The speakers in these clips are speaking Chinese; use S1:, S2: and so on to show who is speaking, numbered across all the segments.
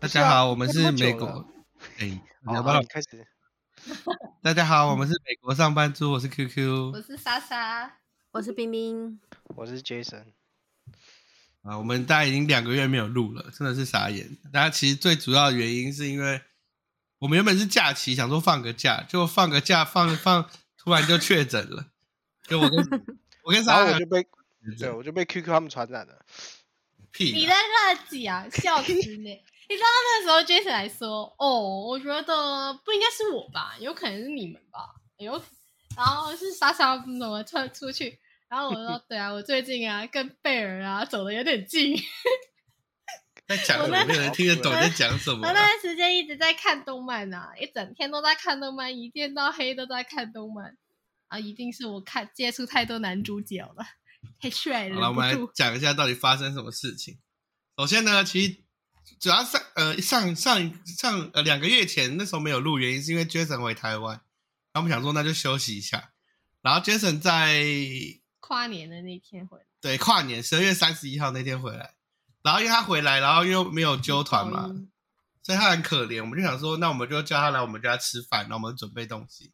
S1: 大家好，我们
S2: 啊多
S1: 是
S2: 久
S1: 美
S2: 了
S1: 国。哎，
S2: 好，
S1: 聊
S2: 好嗯
S1: 到
S2: 你开始。
S1: 大家好，我们是美国上班族，我是 QQ
S3: 我是莎莎，
S4: 我是冰冰，
S2: 我是 Jason，
S1: 啊。我们大概已经两个月没有录了，真的是傻眼。大家其实最主要的原因是因为我们原本是假期，想说放个假，结果放个假放一放，突然就确诊 了。就我跟我跟
S2: 然
S1: 莎
S2: 后我
S1: 莎
S2: 就被
S1: 确
S2: 对
S1: 诊
S2: 我就被 QQ 他们传染了。
S1: 屁
S3: 你
S1: 啦
S3: 在那讲，笑死你！ 你知道那时候 Jason 还说：“哦，我觉得不应该是我吧，有可能是你们吧，有。”然后是莎莎怎么突然出去？然后我 说：“对啊，我最近啊跟贝尔啊走的有点近，
S1: 在讲什
S3: 我
S1: 么？
S3: 在
S1: 没有人听得懂
S3: 我
S1: 在
S3: 在
S1: 讲什么
S3: 他那
S1: 啊。
S3: 段时间一直在看动漫啊，一整天都在看动漫，一天到黑都在看动漫啊，一定是我看接触太多男主角了，太帅了，
S1: 好了，我
S3: 忍不
S1: 们来
S3: 住。
S1: 讲一下到底发生什么事情。首先呢，其实主要上呃上上上呃两个月前那时候没有录，原因是因为 Jason 回台湾，然后我们想说那就休息一下。然后 Jason 在
S3: 跨年的那天回来，
S1: 对跨年十二月三十一号那天回来，然后因为他回来，然后又没有揪团嘛
S3: 抖，音
S1: 所以他很可怜。我们就想说，那我们就叫他来我们家吃饭，然后我们准备东西。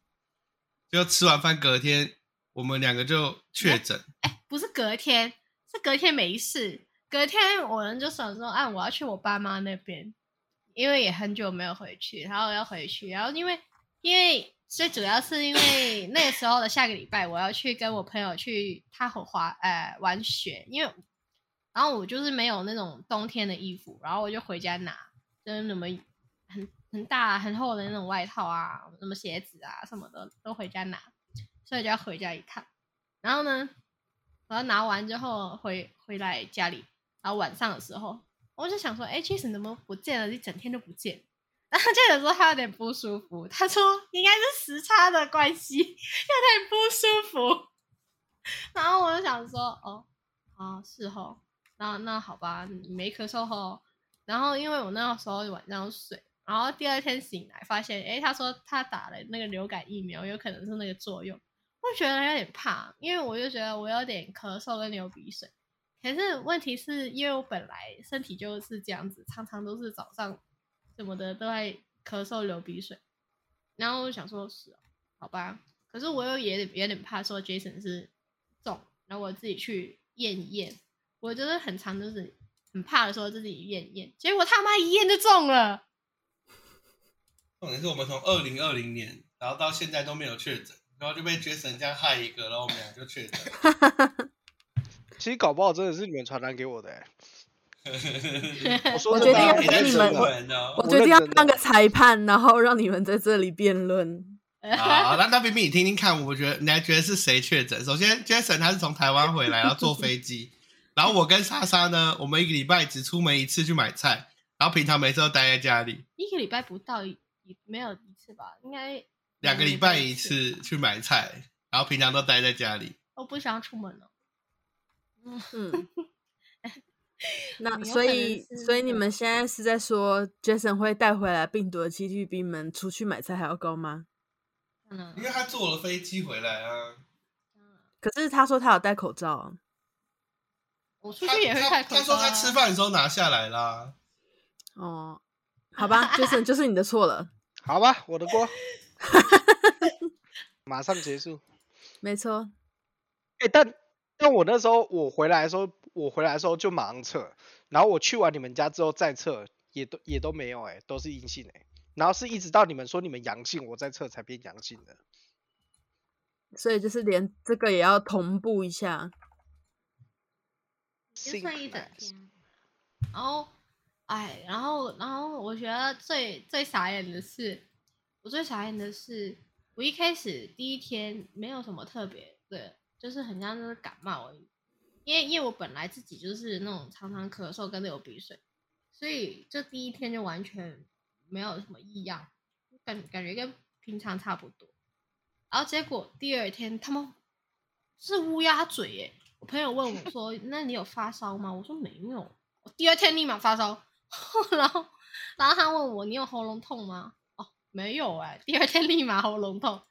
S1: 就吃完饭隔天，我们两个就确诊。
S3: 哎，不是隔天，是隔天没事。隔天我们就想说，啊，我要去我爸妈那边，因为也很久没有回去，然后要回去，然后因为因为最主要是因为那个时候的下个礼拜我要去跟我朋友去他和滑呃玩雪，因为然后我就是没有那种冬天的衣服，然后我就回家拿，就是什么很很大很厚的那种外套啊，什么鞋子啊什么的都回家拿，所以就要回家一趟。然后呢，我要拿完之后回回来家里，然后晚上的时候，我就想说，哎，Jason 怎么不见了？一整天都不见。然后 Jason 说他有点不舒服，他说应该是时差的关系， 有点不舒服。然后我就想说，哦，啊，是哦，那那好吧，你没咳嗽吼。然后因为我那个时候晚上有睡，然后第二天醒来发现，哎，他说他打了那个流感疫苗，有可能是那个作用。我觉得有点怕，因为我就觉得我有点咳嗽跟流鼻水。可是问题是因为我本来身体就是这样子，常常都是早上什么的都会咳嗽流鼻水，然后我就想说是哦、好吧，可是我又也有点怕说 Jason 是中，然后我自己去验一验，我就是很常就是很怕的时候自己验一验，结果他妈一验就中了。
S1: 重点是我们从二零二零年，然后到现在都没有确诊，然后就被 Jason 这样害一个，然后我们俩就确诊。
S2: 其实搞不好真的是你们传染给我的、 欸。我说
S4: 我
S2: 真
S4: 决
S2: 的
S4: 定
S2: 啊我
S4: 要跟
S2: 在
S4: 你
S2: 真
S4: 们
S2: 的
S4: 我
S3: 哦
S2: 我
S4: 决定要
S2: 认真的
S4: 当个裁判，然后让你们在这里辩 论。
S1: 好，那那冰冰，你听听看，我觉得你还觉得是谁确诊？首先，Jason 他是从台湾回来，然后坐飞机，然后我跟莎莎呢，我们一个礼拜只出门一次去买菜，然后平常每次都待在家里，
S3: 一个礼拜不到一一没有一次吧，应该
S1: 两个礼拜一
S3: 次。
S1: 次去买菜，然后平常都待在家里。
S3: 我不想出门了。
S4: 嗯，那
S3: 有
S4: 所
S3: 可能
S4: 以
S3: 是
S4: 所以你
S3: 嗯
S4: 们现在是在说 Jason 会带回来病毒的几率比你们出去买菜还要高吗？
S3: 嗯
S1: 因，为他坐了飞机回来啊，
S4: 可是他说他有戴口罩啊，
S3: 我出
S1: 他
S3: 去也会
S1: 他
S3: 戴口罩、啊
S1: 他说他吃，饭的时候拿下来啦，
S4: 哦，好吧，Jason 就是你的错了，
S2: 好吧，我的 锅。马上结束。
S4: 没错。
S2: 哎、但但我那时候我回来的时候，我回来的时候就马上测，然后我去完你们家之后再测，也都也都没有、欸，哎，都是阴性哎、然后是一直到你们说你们阳性，我再测才变阳性的。
S4: 所以就是连这个也要同步一下。
S3: 就算一整
S2: Synchronized
S3: 天。然后，哎，然后，然后，我觉得最最傻眼的是，我最傻眼的是，我一开始第一天没有什么特别的，就是很像就是感冒而已。因为因为我本来自己就是那种常常咳嗽跟流鼻水，所以就第一天就完全没有什么异样，感感觉跟平常差不多。然后结果第二天他们是乌鸦嘴耶！我朋友问我 说：“那你有发烧吗？”我说没有。我第二天立马发烧， 然后然后他问我：“你有喉咙痛吗？”哦，没有哎、第二天立马喉咙痛，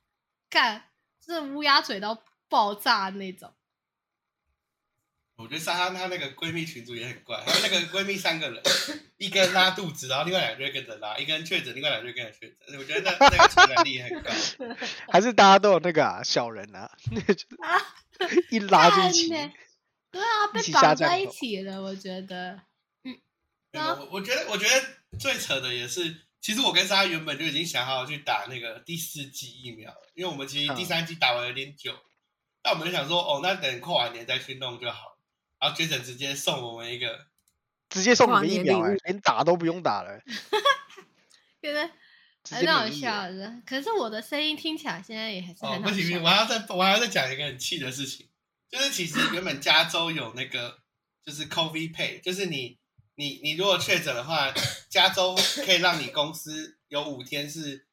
S3: 干，是乌鸦嘴到爆炸那种。
S1: 我觉得莎莎她那个闺蜜群组也很怪，她那个闺蜜三个人， 一个人拉肚子，然后另外两个就跟着拉，一个人确诊，另外两个就跟着确诊。我觉得那那个传染力也很高。
S2: 还是大家都有那个、啊、小人啊， 那个就
S3: 啊
S2: 一拉就一起。
S3: 干呢对啊，
S2: 一
S3: 被
S2: 起下
S3: 绑
S2: 战
S3: 在一
S2: 斗
S3: 起了，我觉得。
S1: 对我我觉得，我觉得最扯的也是，其实我跟莎莎原本就已经想好去打那个第四剂疫苗了，因为我们其实第三剂打完有点久，那、我们就想说，哦，那等过完年再去弄就好了。然后确诊直接送我们一个，
S2: 直接送你
S4: 跨
S2: 们疫
S4: 年
S2: 苗、
S4: 礼
S2: 欸
S4: 物，
S2: 连打都不用打了欸，
S3: 觉得
S2: 直接
S3: 很好
S2: 免疫欸
S3: 笑的，可是我的声音听起来现在也还是
S1: 哦，
S3: 很
S1: 不
S3: 好
S1: 行不行，
S3: 笑。
S1: 我还要再我还要再讲一个很气的事情，就是其实原本加州有那个就是 COVID pay，就是你你你如果确诊的话， 加州可以让你公司有五天是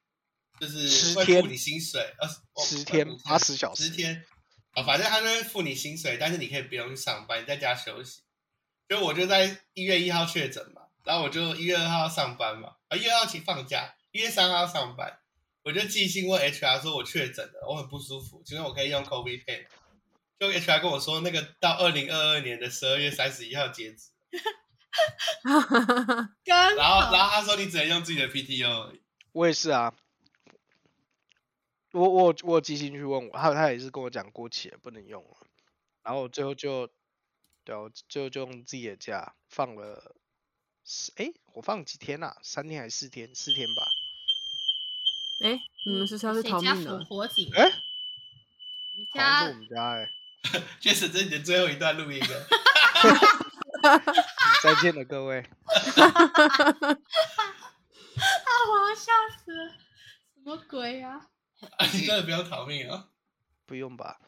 S1: 就是
S2: 十
S1: 会
S2: 天
S1: 付你薪水，二十哦
S2: 十天
S1: 五
S2: 八十小时
S1: 十天啊、反正他就会付你薪水，但是你可以不用去上班，你在家休息。就我就在一月一号确诊嘛，然后我就一月二号上班嘛，啊一月二号请放假，一月三号上班，我就寄信问 HR 说我确诊了，我很不舒服，请问我可以用 COVID pay 吗就 HR 跟我说那个到二零二二年的十二月三十一号截止，
S3: 刚
S1: 然后然
S3: 好
S1: 后他说你只能用自己的 PTO 而已。
S2: 我也是啊。我我我有寄信去问我，他他也是跟我讲过期了，不能用了。然后我最后就，对啊，我最后就用自己的假放了，哎、我放几天啊？三天还是四天？四天吧。
S4: 哎、你们是不是要去
S3: 嗯谁
S4: 逃
S3: 家
S4: 命
S3: 火
S4: 了？
S3: 火警？
S2: 哎、
S3: 你
S2: 好像是
S3: 家
S2: 我们家哎、
S1: 确实这是你的最后一段录音了，
S2: 再见了各位。
S3: 啊，我要笑死了，什么鬼啊？
S1: 你真的不要逃命哦。
S2: 不用吧？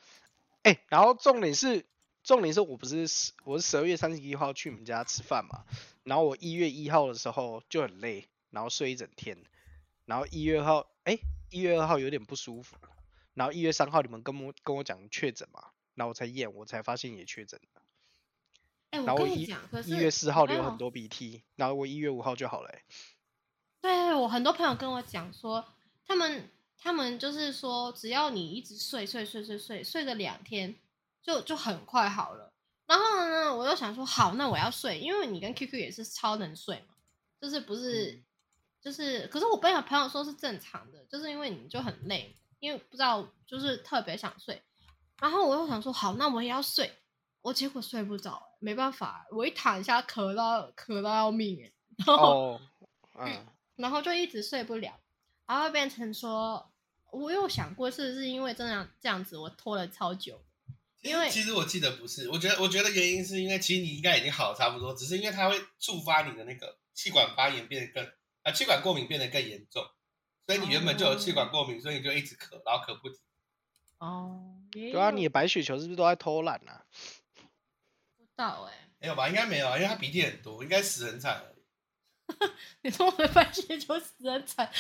S2: 哎、然后重点是，重点是我不是十我是十二月三十一号去你们家吃饭嘛，然后我一月一号的时候就很累，然后睡一整天，然后一月号，哎、一月二号有点不舒服，然后一月三号你们跟我跟我讲确诊嘛，然后我才验，我才发现也确诊了。
S3: 哎、
S2: 然
S3: 我
S2: 后
S3: 跟你
S2: 一
S3: 讲，可是
S2: 一
S3: 嗯
S2: 月四号
S3: 没
S2: 流
S3: 有
S2: 很多鼻涕，然后我一月五号就好了、 欸。
S3: 对我很多朋友跟我讲说，他们他们就是说，只要你一直睡睡睡睡睡睡个两天，就就很快好了。然后呢，我就想说，好，那我要睡，因为你跟 QQ 也是超能睡嘛，就是不是、
S2: 嗯
S3: 就是，可是我朋友朋友说是正常的，就是因为你就很累，因为不知道就是特别想睡。然后我又想说，好，那我也要睡，我结果睡不着，没办法，我一躺下咳到咳到要命哎，然后。
S2: 哦， 嗯，
S3: 然后就一直睡不了，然后变成说，我有想过是不是因为这样这样子，我拖了超久。因为
S1: 其实我记得不是，我觉得我觉得原因是因为其实你应该已经好得差不多，只是因为它会触发你的那个气管发炎变得更啊、气管过敏变得更严重，所以你原本就有气管过敏，所以你就一直咳，然后咳不停。
S3: 哦，对
S2: 对啊，你的白血球是不是都在偷懒啊？
S3: 不知道哎、
S1: 没有吧？应该没有啊，因为他鼻涕很多，应该死很惨而已。
S3: 你说我的白血球死人惨，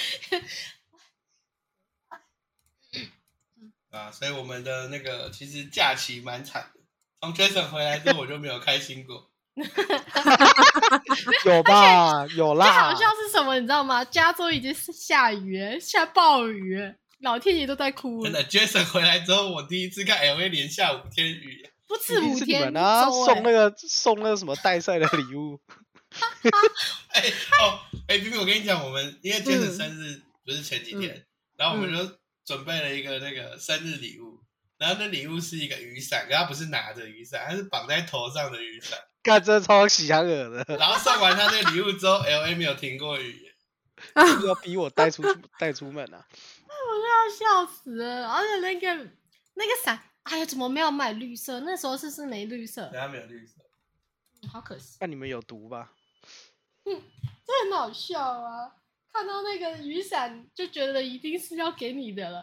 S1: 啊，所以我们的那个其实假期蛮惨的。从 Jason 回来之后，我就没有开心过。
S2: 有吧？有
S3: 最
S2: 啦
S3: 好。笑是什么？你知道吗？加州已经是下雨了，下暴雨了，老天爷都在哭
S1: 真
S3: 了，
S1: 的，Jason 回来之后，我第一次看 LA 连下五天雨，
S3: 不
S2: 一
S3: 止
S2: 定
S3: 五
S2: 是你
S3: 天
S2: 们
S3: 一
S2: 啊，
S3: 周
S2: 送那
S3: 哎
S2: 个送那个什么代赛的礼物，
S1: 哎、哦，哎、冰冰，我跟你讲，我们因为 Jason
S4: 嗯
S1: 生日不是前几
S2: 嗯
S1: 天，然后我们就准备了一个那个生日礼物，然后那礼物是一个雨伞，可他不是拿着雨伞，他是绑在头上的雨伞。
S2: 干真的超喜羊 羊的，
S1: 然后送完他那个礼物之后，L A 没有停过雨，
S2: 要逼我带出带出门啊！
S3: 我都要笑死了。而且那个那个伞，哎呀，怎么没有买绿色？那时候是不是没绿色
S1: 等，他没有绿色。
S3: 嗯好可惜。
S2: 那你们有毒吧？
S3: 这很好笑啊！看到那个雨伞就觉得一定是要给你的了。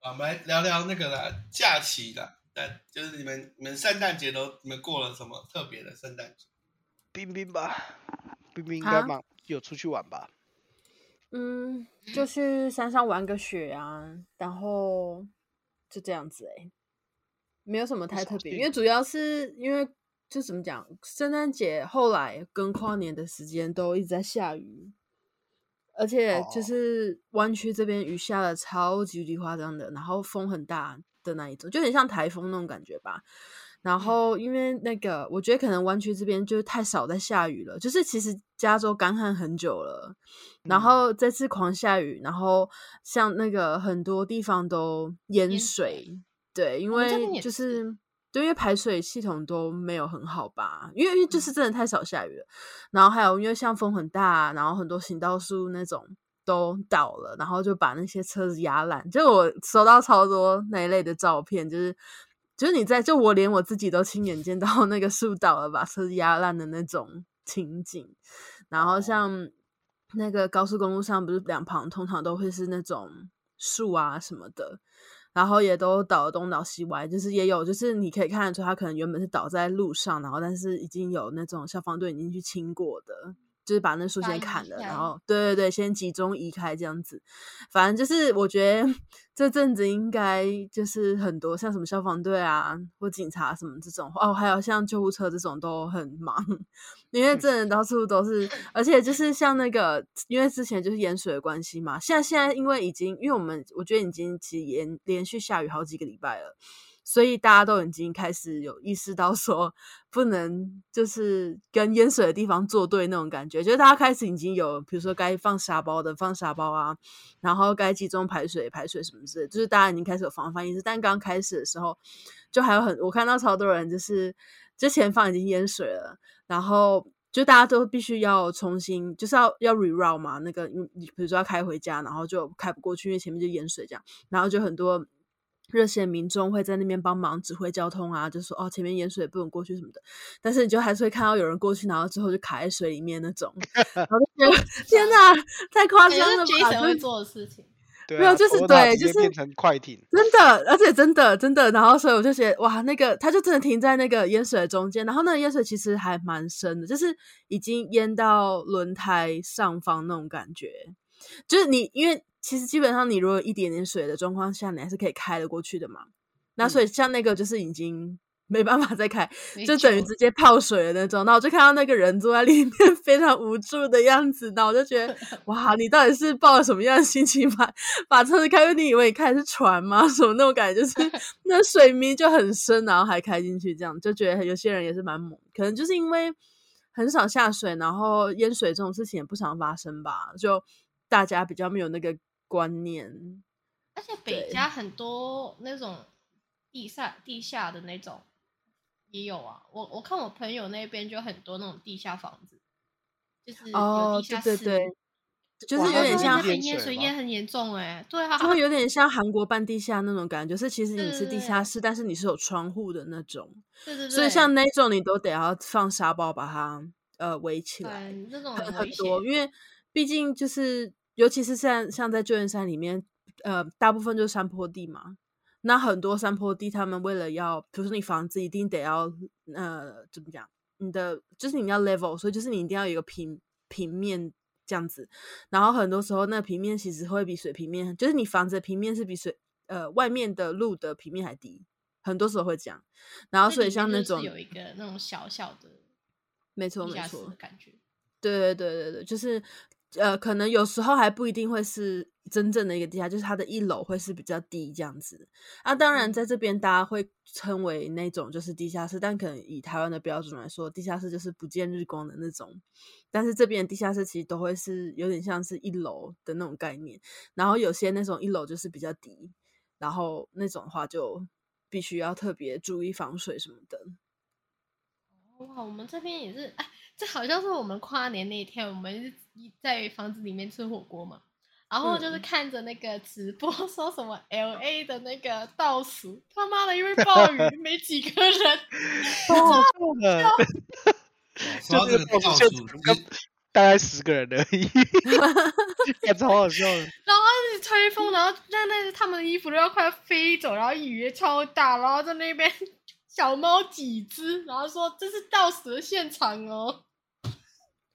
S1: 啊我们来聊聊那个啦，假期啦，那就是你们你们圣诞节都你们过了什么特别的圣诞节？
S2: 冰冰吧，冰冰应该
S4: 啊
S2: 嘛有出去玩吧？
S4: 嗯，就去山上玩个雪啊，然后就这样子哎、没有什么太特别，
S2: 去
S4: 因为主要是因为就怎么讲，圣诞节后来跟跨年的时间都一直在下雨，而且
S2: 哦
S4: 就是湾区这边雨下的超级无敌夸张的，然后风很大的那一种，就很像台风那种感觉吧。然后因为那个，我觉得可能湾区这边就是太少在下雨了，就是其实加州干旱很久了，然
S2: 嗯
S4: 后这次狂下雨，然后像那个很多地方都淹
S3: 淹
S4: 水
S3: 水，
S4: 对，因
S3: 我们这边
S4: 为
S3: 也
S4: 就是。对，因为排水系统都没有很好吧，因为因为就是
S3: 嗯
S4: 真的太少下雨了，然后还有因为像风很大，然后很多行道树那种都倒了，然后就把那些车子压烂。就我收到超多那一类的照片，就是就是你在就我连我自己都亲眼见到那个树倒了，把车子压烂的那种情景。然后像那个高速公路上，不是两旁通常都会是那种树啊什么的。然后也都倒得东倒西歪，就是也有，就是你可以看得出它可能原本是倒在路上，然后但是已经有那种消防队已经去清过的，就是把那树
S3: 把它移
S4: 先砍了，然
S3: 开
S4: 后对对对，先集中移开这样子。反正就是我觉得 这阵子应该就是很多像什么消防队啊或警察什么这种哦，还有像救护车这种都很忙，因为真的到处都是，而且就是像那个，因为之前就是淹水的关系嘛，现在现在因为已经，因为我们我觉得已经其实连连续下雨好几个礼拜了，所以大家都已经开始有意识到说不能就是跟淹水的地方作对那种感觉，就是大家开始已经有，比如说该放沙包的放沙包啊，然后该集中排水排水什么之类的，就是大家已经开始有防范意识。但刚开始的时候，就还有很我看到超多人就是之前方已经淹水了，然后就大家都必须要重新就是要要 reroute 嘛，那个你你比如说要开回家，然后就开不过去，因为前面就淹水这样，然后就很多。热心的民众会在那边帮忙指挥交通啊，就说哦前面淹水不能过去什么的，但是你就还是会看到有人过去，然后之后就卡在水里面那种， 然后就觉得天哪，太夸
S3: 啊这就
S4: 张
S3: 是
S4: 啊了吧！
S3: 哎 Jason
S4: 就
S3: 会做的事情。
S2: 对
S4: 没有
S2: 啊
S4: 就是
S2: Toyota
S4: 对
S2: 直接
S4: 就是
S2: 变成快 艇，
S4: 真的，而且真的真的，然后所以我就觉得哇，那个它就真的停在那个淹水的中间，然后那个淹水其实还蛮深的，就是已经淹到轮胎上方那种感觉，就是你因为其实基本上你如果一点点水的状况下，你还是可以开得过去的嘛。那所以像那个就是已经没办法再开，
S3: 嗯 没
S4: 就等于
S3: 救
S4: 直接泡水的那种。然后我就看到那个人坐在里面 非常无助的样子，然后我就觉 得哇，你到底是抱着什么样的心情把把车子开过去？你以为你开的是船吗？ 什么那种感觉，就是那水明明就很深，然后还开进去，这样就觉得有些人也是蛮猛，可能就是因为很少下水，然后淹水这种事情也不常发生吧，就大家比较没有那个观念。
S3: 而且北
S4: 对
S3: 加很多那种地下地下的那种也有啊，我我看我朋友那边就很多那种地下房子，就是有
S4: 哦
S3: 地下室，
S4: 对对对就
S2: 哇
S4: 是有
S2: 那
S4: 点
S2: 是
S4: 像
S2: 一
S3: 很
S2: 淹
S3: 淹
S2: 水
S3: 水
S2: 吗
S3: 淹很严重哎、对啊，
S4: 就会有点像韩国半地下那种感觉，就是其实你是地下
S3: 对
S4: 室，但是你是有窗户的那种，
S3: 对对对，
S4: 所以像那种你都得要放沙包把它呃围起来，
S3: 很这种
S4: 很
S3: 很
S4: 很
S3: 危险
S4: 多，因为毕竟就是尤其是像像在旧金山里面，呃，大部分就是山坡地嘛。那很多山坡地，他们为了要，比如说你房子一定得要，呃，怎么讲？你的就是你要 level，所以就是你一定要有一个平平面这样子。然后很多时候那个平面其实会比水平面，就是你房子的平面是比水呃外面的路的平面还低，很多时候会这样。然后
S3: 这
S4: 所以
S3: 里面
S4: 像那
S3: 就是
S4: 种，
S3: 有一个那种小小的
S4: 没错
S3: 地
S4: 没
S3: 下室
S4: 错
S3: 的，感觉，
S4: 对对对对对，就是呃，可能有时候还不一定会是真正的一个地下，就是它的一楼会是比较低这样子。啊，当然
S3: 嗯
S4: 在这边大家会称为那种就是地下室，但可能以台湾的标准来说，地下室就是不见日光的那种。但是这边的地下室其实都会是有点像是一楼的那种概念，然后有些那种一楼就是比较低，然后那种的话就必须要特别注意防水什么的。
S3: 哇，我们这边也是，哎，这好像是我们跨年那一天，我们是一在房子里面吃火锅嘛，然后就是
S4: 嗯
S3: 看着那个直播说什么 L A 的那个倒数，他妈的因 为暴雨没几个人，
S2: 哦，真的
S1: 说到这个
S2: 就是
S1: 倒
S2: 现
S1: 数
S2: 场，跟大概十个人而 已，感觉好好笑的。
S3: 然后一直吹风，然后那那他们的衣服都要快飞走，然后雨也超大，然后在那边 小猫几只，然后说这是倒数的现场哦，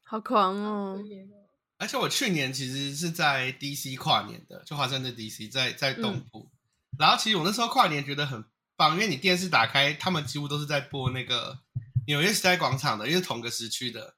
S4: 好狂
S3: 好
S4: 哦
S3: 可！怜哦
S1: 而且我去年其实是在 DC 跨年的，就华盛顿 DC 在在
S4: 嗯
S1: 东部。然后其实我那时候跨年觉得很棒，因为你电视打开，他们几乎都是在播那个纽约时代广场的，因为是同个时区的。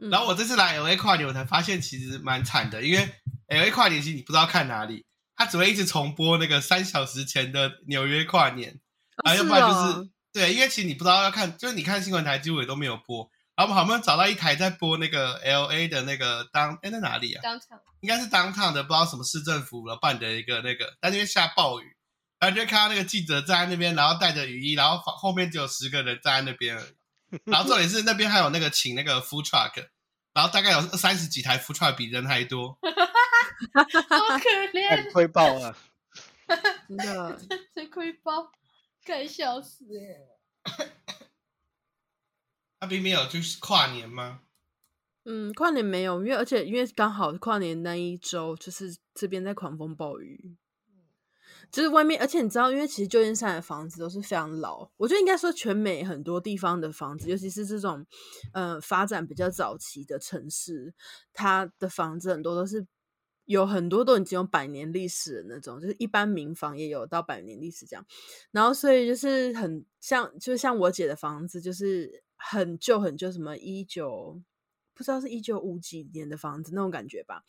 S4: 嗯
S1: 然后我这次来 LA 跨年，我才发现其实蛮惨的，因为 LA 跨年其实你不知道看哪里，它只会一直重播那个三小时前的纽约跨年，
S4: 哦
S1: 然后要
S4: 是
S1: 不然就
S4: 哦
S1: 是、对，因为其实你不知道要看，就是你看新闻台几乎也都没有播。然后我们好不容易找到一台在播那个 L A 的那个当哎在哪里啊？
S3: 当场
S1: 应该是当趟的，不知道什么市政府了办的一个那个，但是因为下暴雨，然后就看到那个记者站在那边，然后带着雨衣，然后后面只有十个人站在那边而已。然后重点是那边还有那个请那个 food truck，然后大概有三十几台 food truck 比人还多。
S3: 好可怜
S2: 很，推爆啊了。
S4: 真的
S3: 这亏包，快笑死了。
S1: 那冰冰有就是跨年吗？
S4: 嗯，跨年没有，因为而且因为刚好跨年那一周，就是这边在狂风暴雨，就是外面，而且你知道，因为其实旧金山的房子都是非常老，我觉得应该说全美很多地方的房子，尤其是这种呃发展比较早期的城市，它的房子很多都是有很多都已经有百年历史的那种，就是一般民房也有到百年历史这样。然后所以就是很像，就像我姐的房子，就是很旧很旧，什么一九不知道是一九五几年的房子那种感觉吧。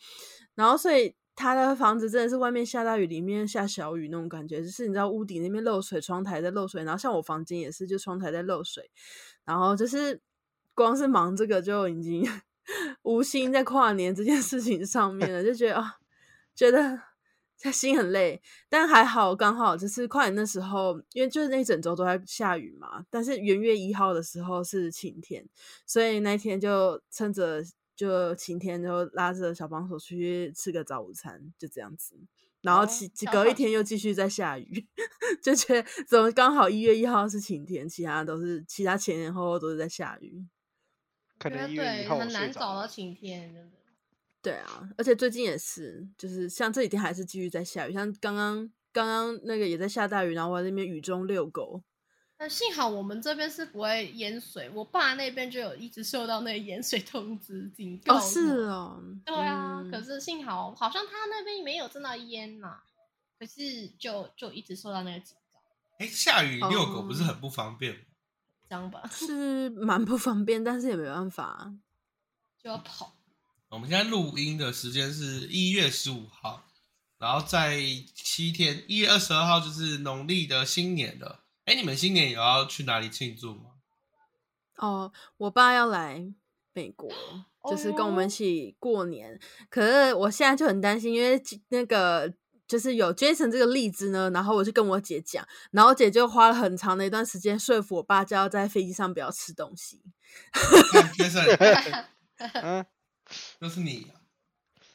S4: 然后所以她的房子真的是外面下大雨，里面下小雨那种感觉，就是你知道屋顶那边漏水，窗台在漏水，然后像我房间也是，就窗台在漏水，然后就是光是忙这个就已经 无心在跨年这件事情上面了，就觉得啊、觉得。心很累，但还好，刚好就是跨年那时候，因为就是那一整周都在下雨嘛。但是元月一号的时候是晴天，所以那一天就趁着就晴天，就拉着小帮手出去吃个早午餐，就这样子。然后
S3: 哦
S4: 其其
S3: 小
S4: 隔一
S3: 帮
S4: 天又继续在下雨， 就觉得怎么刚好一月一号是晴天，其他都是其他前前后后都是在下雨。
S2: 可
S3: 觉得
S2: 能一月
S3: 对
S2: 以后我
S3: 很
S2: 睡
S3: 难
S2: 着
S3: 找到
S2: 了
S3: 晴天，真的。
S4: 对啊，而且最近也是，就是像这几天还是继续在下雨，像刚刚刚刚那个也在下大雨，然后我在那边雨中遛狗。
S3: 那幸好我们这边是不会淹水，我爸那边就有一直受到那个淹水通知警告。
S4: 哦，是。哦，
S3: 对啊，可
S4: 嗯
S3: 是幸好好像他那边没有真的淹呐、可是就就一直受到那个警告，
S1: 哎，下雨遛狗不是很不方便吗？
S3: 这样吧，
S4: 是蛮不方便，但是也没办法。
S3: 就要跑。
S1: Oh 我们现在录音的时间是一月十五号，然后在七天，一月二十二号就是农历的新年了。哎，你们新年有要去哪里庆祝吗？
S4: 哦，我爸要来美国，就是跟我们
S3: 哦
S4: 一起过年。可是我现在就很担心，因为其那个就是有 Jason 这个例子呢，然后我就跟我姐讲，然后我姐就花了很长的一段时间说服我爸，就要在飞机上不要吃东西。
S1: 看 Jason，
S2: 嗯，
S1: 就是你、啊，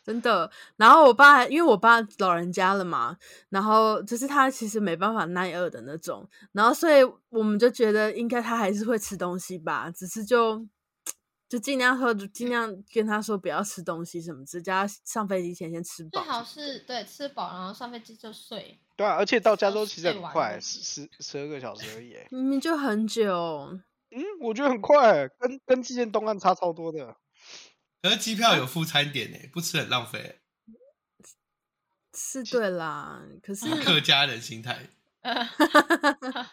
S4: 真的。然后我爸，因为我爸老人家了嘛，然后就是他其实没办法耐饿的那种，然后所以我们就觉得应该他还是会吃东西吧，只是就就尽量说，尽量跟他说不要吃东西什么，只叫他上飞机前先吃
S3: 最
S4: 饱。
S3: 好是对吃饱，然后上飞机就睡。
S2: 对啊，而且到加州
S3: 都
S2: 其实
S3: 睡
S2: 很
S3: 完
S2: 快，
S3: 了
S2: 十十十二个小时而已欸。
S4: 明明就很久，
S2: 嗯，我觉得很快，欸跟跟之前东岸差超多的。
S1: 可是机票有附餐点呢、不吃很浪费、
S4: 是对啦，可是
S1: 客家人心态，
S2: 嗯
S3: 呃，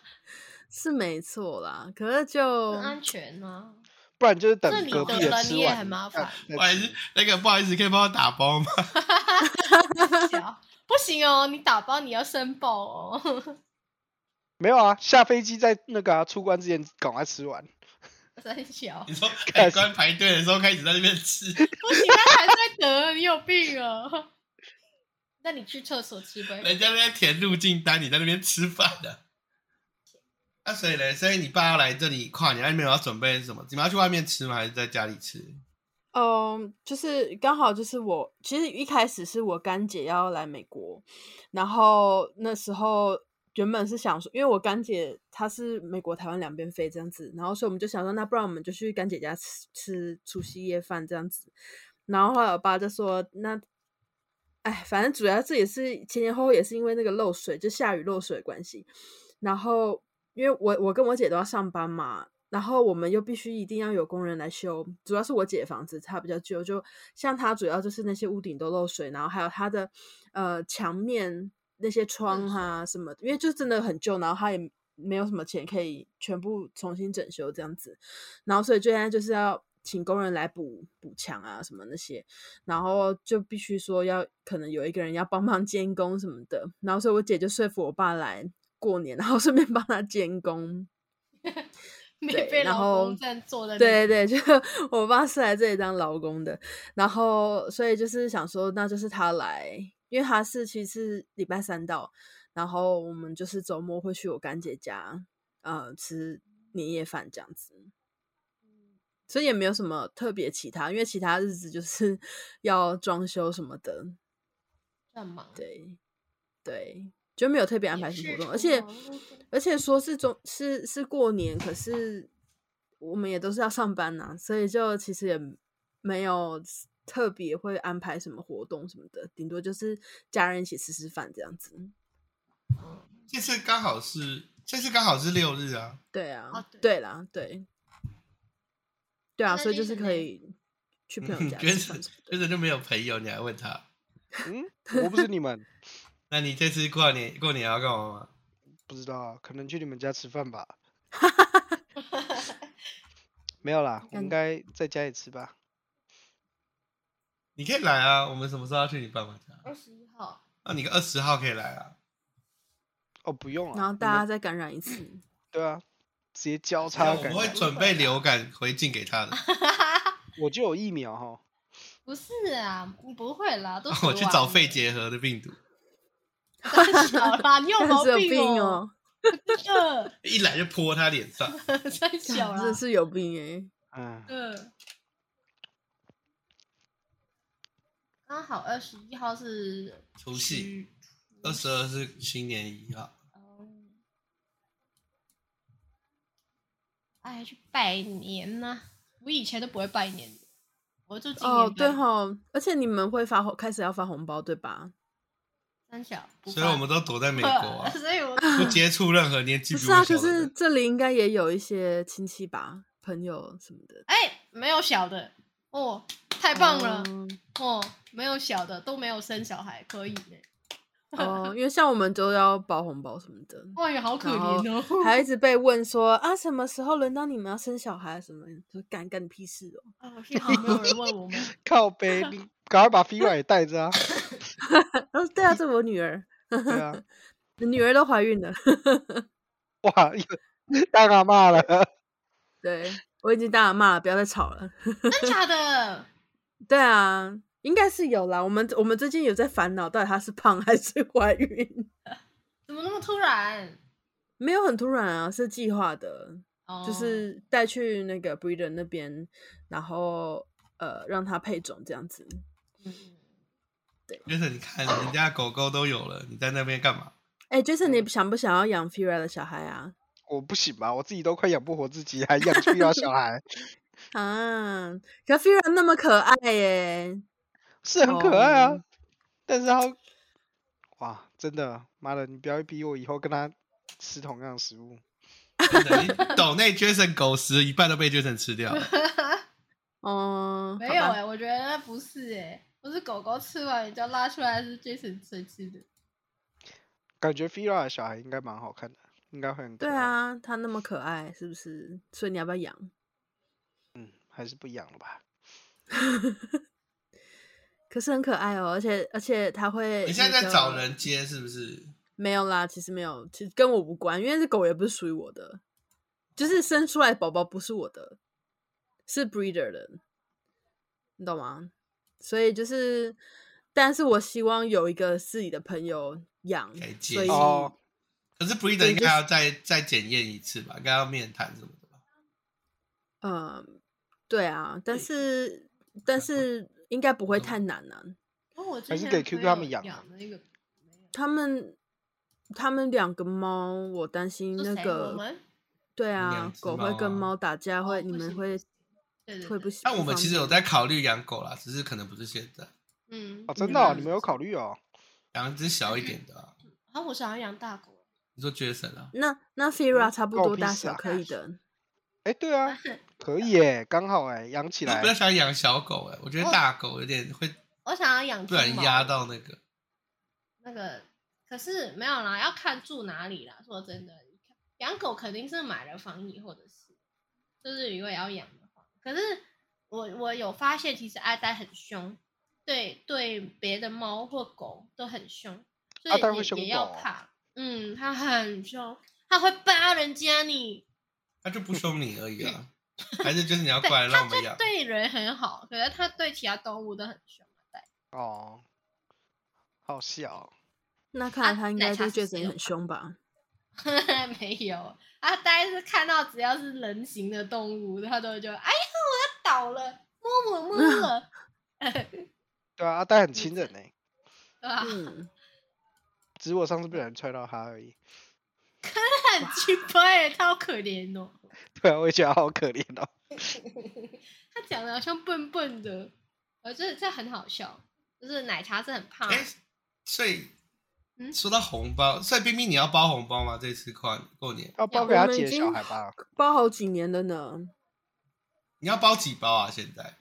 S4: 是没错啦，可是就
S3: 很安全啊呢、
S2: 不然就是等
S3: 这里
S2: 隔
S3: 的
S2: 壁的
S3: 人
S2: 吃
S3: 也
S2: 完
S3: 很麻
S2: 再
S3: 烦
S2: 再
S1: 不好意
S2: 吃
S1: 思，那个不好意思，可以帮我打包吗？
S3: 啊。不行哦，你打包你要申报哦，
S2: 没有啊，下飞机在那个、啊、出关之前赶快吃完。
S3: 真小
S1: 你。说，
S2: 开
S1: 哎、
S2: 始
S1: 关排队的时候开始在那边吃，
S3: 不行，他还在得，你有病啊！ 那你去厕所吃呗。
S1: 人家在那边填入境单，你在那边吃饭的、那、所以呢，所以你爸要来这里跨年，那你们有要准备什么？你们要去外面吃吗？还是在家里吃？
S4: 嗯，就是刚好就是我，其实一开始是我干姐要来美国，然后那时候原本是想说，因为我干姐她是美国、台湾两边飞这样子，然后所以我们就想说，那不然我们就去干姐家吃吃除夕夜饭这样子。然后后来我爸就说，那，哎，反正主要这也是前前后后也是因为那个漏水，就下雨漏水的关系。然后因为我我跟我姐都要上班嘛，然后我们又必须一定要有工人来修，主要是我姐的房子它比较旧，就像它主要就是那些屋顶都漏水，然后还有它的呃墙面那些窗啊什么的，因为就真的很旧，然后它也没有什么钱可以全部重新整修这样子，然后所以就现在就是要。请工人来补补墙啊，什么那些，然后就必须说要可能有一个人要帮忙监工什么的，然后所以我姐就说服我爸来过年，然后顺便帮他监工。
S3: 你
S4: 对
S3: 被
S4: 然
S3: 老
S4: 后
S3: 公站坐在那
S4: 对对， 就我爸是来这里当劳工的，然后所以就是想说，那就是他来，因为他是其实是礼拜三到，然后我们就是周末会去我干姐家，呃，吃年夜饭这样子。所以也没有什么特别其他，因为其他日子就是 要装修什么的，
S3: 干嘛？
S4: 对，对，就没有特别安
S3: 也
S4: 排什么
S3: 是
S4: 活动，而
S3: 除
S4: 且
S3: 毛路过
S4: 而且说是中是是过年，可是我们也都是要上班呐、所以就其实也没有特别会安排什么活动什么的，顶多就是家人一起吃吃饭这样子。
S1: 这次刚好是这次刚好是六日啊，
S4: 对啊，
S3: 哦对
S4: 对啦，对，对啊，
S3: 那
S4: 所以
S3: 就
S4: 就是
S3: 是
S4: 可
S3: 那
S4: 以去朋
S3: 嗯
S4: 友家
S1: 觉
S4: 吃
S1: 得
S4: 饭什么的
S1: 觉得就没有朋友，你还问他？
S2: 嗯，我不是你 们，
S1: 那你这次过年过年要干嘛吗？
S2: 不知道啊，可能去你们家吃饭 吧。没有啦，我
S4: 嗯
S2: 应该在家里吃吧。
S1: 你可以来啊，我们什么时候要去你爸妈家？
S3: 二十一号，
S1: 那你个二十号可以来啊。
S2: 哦，不用啊。
S4: 然后
S2: 你
S4: 大家
S2: 们
S4: 再感染一次。
S2: 对啊，直接交叉
S1: 啊我
S2: 感
S1: 们会
S2: 染。
S1: 准备流感回敬给他的。
S2: 我就有疫苗哈。
S3: 不是啊，不会啦，都
S1: 我去找肺
S3: 费，
S1: 结核的病毒，
S3: 小 啦，你有
S4: 但
S3: 毛
S4: 是有
S3: 病
S4: 病
S3: 哦，
S4: 哦，
S3: 呃，
S1: 一来就泼他脸上。
S3: 太
S4: 干
S3: 小
S4: 真的
S3: 了，
S4: 是有病哎、
S2: 嗯，
S3: 嗯，刚好二十一号是
S1: 除夕，二十二是新年一号，
S3: 哦，哎，去拜年呐、我以前都不会拜年，我就今年
S4: 哦，对
S3: 拜
S4: 吼、而且你们会发红，开始要发红包对吧？
S3: 三小，不
S1: 所以我们都躲在美国啊，
S3: 所以我
S1: 不接触任何年纪
S4: 不
S1: 比
S4: 是啊，
S1: 我
S4: 可
S1: 小的
S4: 是
S1: 人。
S4: 这里应该也有一些亲戚吧，朋友什么的。
S3: 哎、没有小的哦，太棒了
S4: 哦
S3: 哦，没有小的都没有生小孩，可以呢。
S4: 哦，因为像我们都要包红包什么的，
S3: 哇呀，好可
S4: 然后
S3: 怜哦！
S4: 还一直被问说啊，什么时候轮到你们要生小孩啊什么的？说干干你屁事哦！
S3: 啊幸好没有人问我们。
S2: 靠 背，你赶快把 f i a 也带着啊。
S4: 然后对啊，这我女儿，
S2: 对啊，
S4: 女儿都怀孕了，
S2: 哇，又当阿妈了。
S4: 对我已经当阿妈了，不要再吵了。
S3: 真假的？
S4: 对啊，应该是有啦。我们我们最近有在烦恼，到底她是胖还是怀孕？
S3: 怎么那么突然？
S4: 没有很突然啊，是计划的。
S3: 哦，
S4: 就是带去那个 breeder 那边，然后呃让它配种这样子。
S3: 嗯，嗯
S1: 就是你看人家狗狗都有了，你在那边干嘛？
S4: 哎、j a s o n 你想不想要养 Fira 的小孩啊？
S2: 我不行吧，我自己都快养不活自己，还养 f i 小孩，
S4: 啊，可 Fira 那么可爱耶！
S2: 是很可爱啊
S4: 哦。
S2: 但是他，哇，真的，妈的，你不要逼我以后跟他吃同样的食物。
S1: 真的，你抖内 Jason 狗食一半都被 Jason 吃掉了，
S4: 哦、
S3: 没
S4: 好
S3: 有
S4: 吧
S3: 哎、
S1: 啊
S3: 我觉得不是哎、不是狗狗吃完你就拉出来是 Jason 谁吃的？
S2: 感觉 f i 的小孩应该蛮好看的，应该会很可
S4: 对
S2: 爱。，
S4: 啊，它那么可爱，是不是？所以你要不要养？
S2: 嗯，还是不养了吧。
S4: 可是很可爱哦，而且而且它会、
S1: 你现在在找？人接是不是？
S4: 没有啦，其实没有，其实跟我无关，因为这狗也不是属于我的，就是生出来的宝宝不是我的，是 breeder 的，你懂吗？所以就是，但是我希望有一个自己的朋友养
S1: 可以，接
S4: 所以、
S2: 哦
S1: 可是 breeder 应该要再再检验一次吧，应该要面谈什么的吧？
S4: 嗯，对啊，但
S1: 对嗯
S4: 是但是应该不会太难啊。
S3: 哦，我之
S2: 还是
S3: 前
S2: 给
S3: 朋
S2: QQ 他们
S3: 友
S2: 养啊
S3: 养的那个
S4: 他们他们两个猫，我担心
S3: 是
S4: 那
S3: 谁我
S4: 个，
S3: 们
S4: 对
S1: 两
S4: 啊，
S1: 只
S4: 狗
S1: 猫
S4: 会跟
S1: 啊
S4: 猫打架，
S3: 哦
S4: 会
S3: 不
S4: 你们
S3: 行
S4: 会
S3: 对对
S4: 会不
S3: 对
S4: 行。
S1: 但我
S4: 不
S1: 们
S4: 方
S1: 其实有
S4: 便
S1: 在考虑养狗啦，只是可能不是现在，
S3: 嗯，
S2: 哦，真
S4: 嗯
S2: 的、哦，
S4: 那
S2: 你们有考虑哦。
S1: 养一只小一点的、啊。
S3: 然后我想要养大狗，
S1: 你说 Jason 啊？
S4: 那那 Fira 差不
S2: 狗
S4: 多
S2: 屁
S4: 大
S2: 事
S4: 小
S2: 啊
S4: 可以的，
S2: 哎，对啊，可以耶，刚好哎，养起
S1: 我
S2: 来
S1: 比较想养小狗哎、我觉得
S3: 哦
S1: 大狗有点会
S3: 我想要养
S1: 不然
S3: 金毛
S1: 压到那个。
S3: 那个，可是没有啦，要看住哪里啦。说真的，养狗肯定是买了防疫，或者是就是如果要养的话，可是我我有发现，其实阿呆很凶，对对别的猫或狗都很凶，所
S2: 阿
S3: 以
S2: 呆
S3: 也
S2: 会凶
S3: 也要
S2: 狗哦
S3: 怕。嗯，它很凶，它会扒人家你。
S1: 他就不凶你而已 啊，还是就是你要
S3: 对，
S1: 过来让
S3: 它
S1: 我们
S3: 就
S1: 养？
S3: 对人很好，可是它对其他动物都很凶。
S2: 哦，好笑哦、
S4: 那看来
S3: 啊
S4: 他应该
S3: 奶茶
S4: 对
S3: 是
S4: j
S3: 谁
S4: a
S3: 有
S4: 很凶吧？
S3: 没有啊，大概是看到只要是人形的动物，它都会觉得哎呀，我要倒了，摸我摸了，
S2: 对啊，阿呆很亲人呢、
S3: 对吧？
S4: 嗯，
S2: 只是我上次不小心踹到他而已。
S3: 很奇怪，它好可怜哦。
S2: 对啊，我也觉得他好可怜哦。
S3: 他讲的好像笨笨的，呃，这这很好笑。就是奶茶是很胖，
S1: 哎、所以
S3: 嗯
S1: 说到红包，所以冰冰你要包红包吗？这次跨过年
S2: 要包
S3: 我
S2: 给他
S4: 们已
S2: 姐的小
S4: 经
S2: 孩吧。
S4: 包好几年了呢。
S1: 你要包几包啊？现在
S4: 呃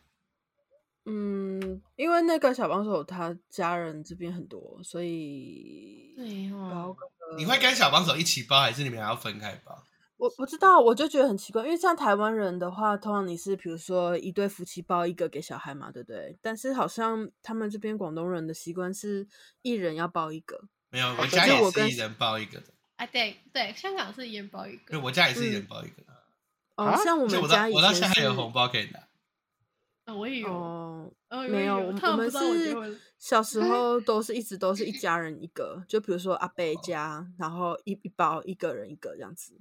S4: 嗯，因为那个小帮手他家人这边很多，所以
S3: 对
S4: 包
S3: 哦，
S4: 个
S1: 你会跟小帮手一起包，还是你们还要分开包？
S4: 我不知道，我就觉得很奇怪，因为像台湾人的话，通常你是比如说一对夫妻包一个给小孩嘛，对不对？但是好像他们这边广东人的习惯是一人要包一个，
S1: 没有，
S3: 可
S1: 我
S3: 是
S1: 家也
S4: 哦我
S1: 是
S4: 跟
S1: 一人包一个的，
S3: 啊对对，香港是一人包一
S1: 对，
S3: 个，
S1: 我家也是一人包一个的。
S4: 哦，
S2: 啊
S4: 嗯像我
S1: 所以
S4: 们
S1: 我到
S4: 家以
S1: 我到
S4: 前
S1: 现在还有红
S4: 是
S1: 包可以拿。
S3: 啊我也有，
S4: 哦，
S3: 哦
S4: 没有，
S3: 有，
S4: 我们
S3: 他不
S4: 我们
S3: 知道我
S4: 是
S3: 结婚了
S4: 小时候都是一直都是一家人一个，就比如说阿贝家，然后一一包一个人一个这样子，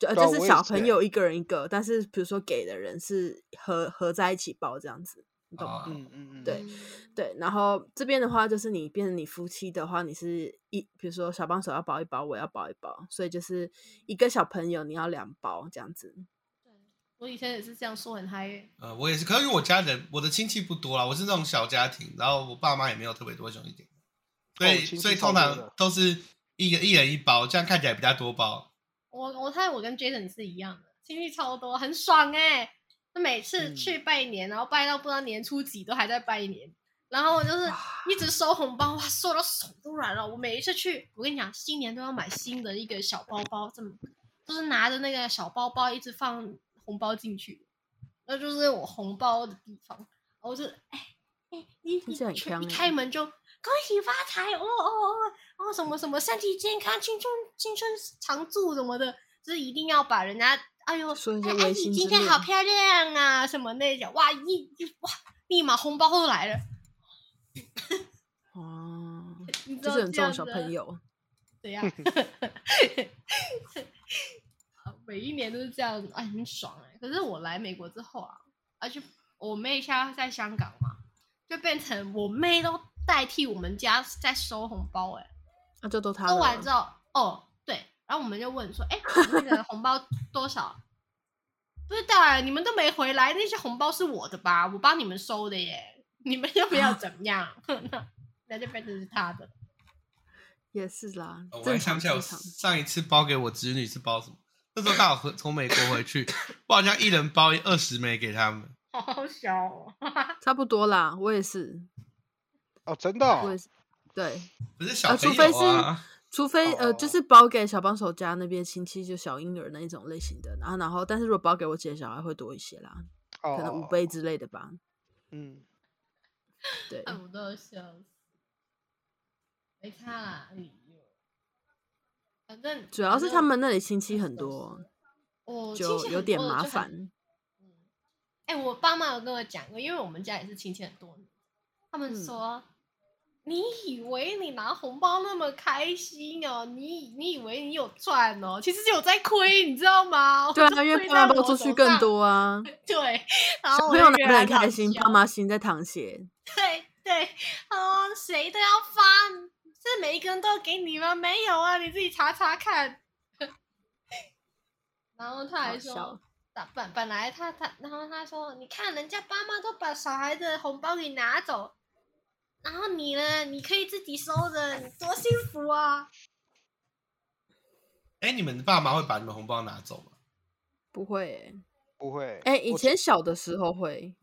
S4: 就呃
S2: 对啊
S4: 就
S2: 我
S4: 是
S2: 也
S4: 小
S2: 是
S4: 朋
S2: 欸
S4: 友一个人一个，但是比如说给的人是合合在一起包这样子，你懂吗？
S1: 啊，
S2: 嗯嗯嗯，
S4: 对对，然后这边的话就是你变成你夫妻的话，你是一比如说小帮手要包一包，我要包一包，所以就是一个小朋友你要两包这样子。
S3: 我以前也是这样说很嗨耶，
S1: 呃，我也是，可是因为我家人我的亲戚不多啦，我是那种小家庭，然后我爸妈也没有特别多兄弟姐妹，所
S2: 哦亲
S1: 以、
S2: 戚
S1: 所以
S2: 超
S1: 通
S2: 多的
S1: 常都是一个一人一包，这样看起来比较多包。
S3: 我我看我跟 Jason 是一样的，情绪超多，很爽哎。就每次
S2: 嗯
S3: 去拜年，然后拜到不知道年初几都还在拜年，然后我就是一直收红包，哇，收到手都软了。我每一次去，我跟你讲，新年都要买新的一个小包包，这么就是拿着那个小包包一直放红包进去，那就是我红包的地方。我就哎哎，你
S4: 听
S3: 你
S4: 起来很
S3: 去
S4: 香
S3: 一
S4: 欸
S3: 开门就恭喜发财哦哦哦哦什么什么身体健康、青春青春常驻什么的，就是一定要把人家哎呦
S4: 说一些
S3: 哎
S4: 违
S3: 哎
S4: 心
S3: 你今
S4: 之
S3: 天好
S4: 恋
S3: 漂亮啊什么那种哇一一哇立马红包都来了，
S4: 哦，
S3: 你知
S4: 就
S3: 道
S4: 是很
S3: 这样
S4: 重小
S3: 子
S4: 朋友。
S3: 怎样？啊 每一年都是这样，哎，很爽哎、可是我来美国之后啊，而且我妹现在在香港嘛，就变成我妹都代替我们家在收红包哎、
S4: 那就都他
S3: 收
S4: 的
S3: 完
S4: 了
S3: 之后，哦，对，然后我们就问说，哎、你那个红包多少？不知道哎、你们都没回来，那些红包是我的吧？我帮你们收的耶，你们又没有怎么样， 那就变成是他的。
S4: 也是啦
S1: 哦，我
S4: 正
S1: 还
S4: 常
S1: 想起来，
S4: 正
S1: 我
S4: 常。
S1: 上一次包给我侄女是包什么？那时候刚好回从美国回去，我好像一人包二十枚给他们。
S3: 好小哦，
S4: 差不多啦，我也是，
S2: 哦，真的、
S4: 我
S2: 哦
S4: 也，是，对，
S1: 不是小
S4: 啊
S1: 朋
S4: 除非
S1: 友
S4: 是
S1: 啊，
S4: 除非、呃，就
S2: 哦
S4: 是包给小帮手家那边亲戚，就小婴儿那一种类型的，然后然后，但是如果包给我姐的小孩会多一些啦，
S2: 哦
S4: 可能五倍，之类的吧，
S2: 嗯，
S4: 对，
S3: 我都要笑死。没差啦，哎呦反正
S4: 主要是他们那里亲戚很
S3: 都
S4: 多，
S3: 我
S4: 就有点麻烦。
S3: 嗯，哎、我爸妈有跟我讲过，因为我们家也是亲戚很多年，他们
S4: 嗯
S3: 说、你以为你拿红包那么开心哦？你你以为你有赚哦？其实有在亏，你知道吗？
S4: 对
S3: 我
S4: 啊，
S3: 就
S4: 因为
S3: 亏
S4: 爸
S3: 在
S4: 妈包
S3: 我
S4: 出
S3: 手
S4: 去更
S3: 上。
S4: 多啊，
S3: 对，然后
S4: 小
S3: 我
S4: 朋
S3: 就
S4: 友拿
S3: 觉
S4: 的
S3: 得
S4: 很开
S3: 好
S4: 心，
S3: 笑
S4: 爸妈心在淌血，
S3: 对对，哦，谁都要发，是每一个人都给你吗？没有啊，你自己查查看。然后他还
S4: 好
S3: 说
S4: 笑，
S3: 啊本本来他他，然后他说，你看人家爸妈都把小孩的红包给拿走，然后你呢，你可以自己收着，你多幸福啊！
S1: 哎、你们爸妈会把你们红包拿走吗？
S4: 不会、欸，
S2: 不会。
S4: 哎、以
S2: 我
S4: 前小的时候会，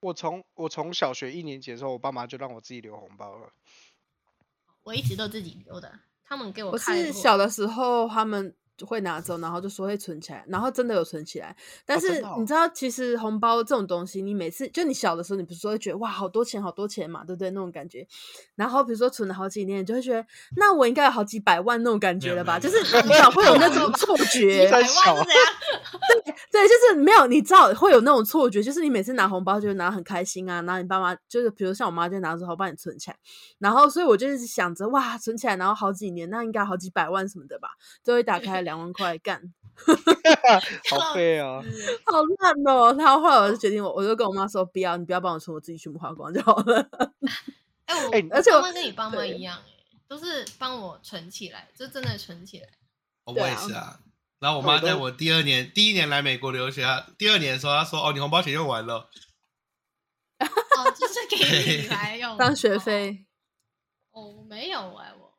S2: 我从我从小学一年级的时候，我爸妈就让我自己留红 包了。
S3: 我一直都自己留的，他们给我
S4: 我
S3: 看过
S4: 是小的时候他们就会拿走，然后就说会存起来，然后真的有存起来。但
S2: 哦真
S4: 是
S2: 的哦
S4: 你知道，其实红包这种东西，你每次就你小的时候，你不是说会觉得哇好多钱好多钱嘛，对不对？那种感觉。然后比如说存了好几年，你就会觉得那我应该有好几百万那种感
S1: 没
S4: 觉
S1: 有
S4: 了
S1: 没有
S4: 吧？
S1: 没
S4: 就
S1: 有
S4: 是你小会有那种错
S3: 几
S4: 觉
S2: 在
S3: 百，万是
S2: 小
S3: 怎样？
S4: 对，就是没有，你知道会有那种错觉，就是你每次拿红包就拿得很开心啊，然后你爸妈就是，比如像我妈就拿着红包帮你存起来，然后所以我就是想着哇，存起来，然后好几年，那应该好几百万什么的吧，最后一打开两万块，干，
S2: 好废哦。
S4: 好烂哦！然后后来我就决定我，我就跟我妈说，不要，你不要帮我存，我自己全部花光就好了。
S3: 哎、我
S2: 哎
S3: 我
S4: 而且
S3: 爸
S4: 我
S3: 妈跟你爸妈
S4: 对
S3: 一样、哎，都是帮我存起来，就真的存起来。
S1: 哦
S4: 对
S1: 我
S4: 啊
S1: 也是啊。然后我妈
S4: 我都
S1: 在我第二年第一年来美国留学，她第二年的时候她说：“哦，你红包钱用完了。
S3: 哦，就是给你来用
S4: 当
S2: 哦
S4: 学。费，
S3: 哦，我没有哎、我。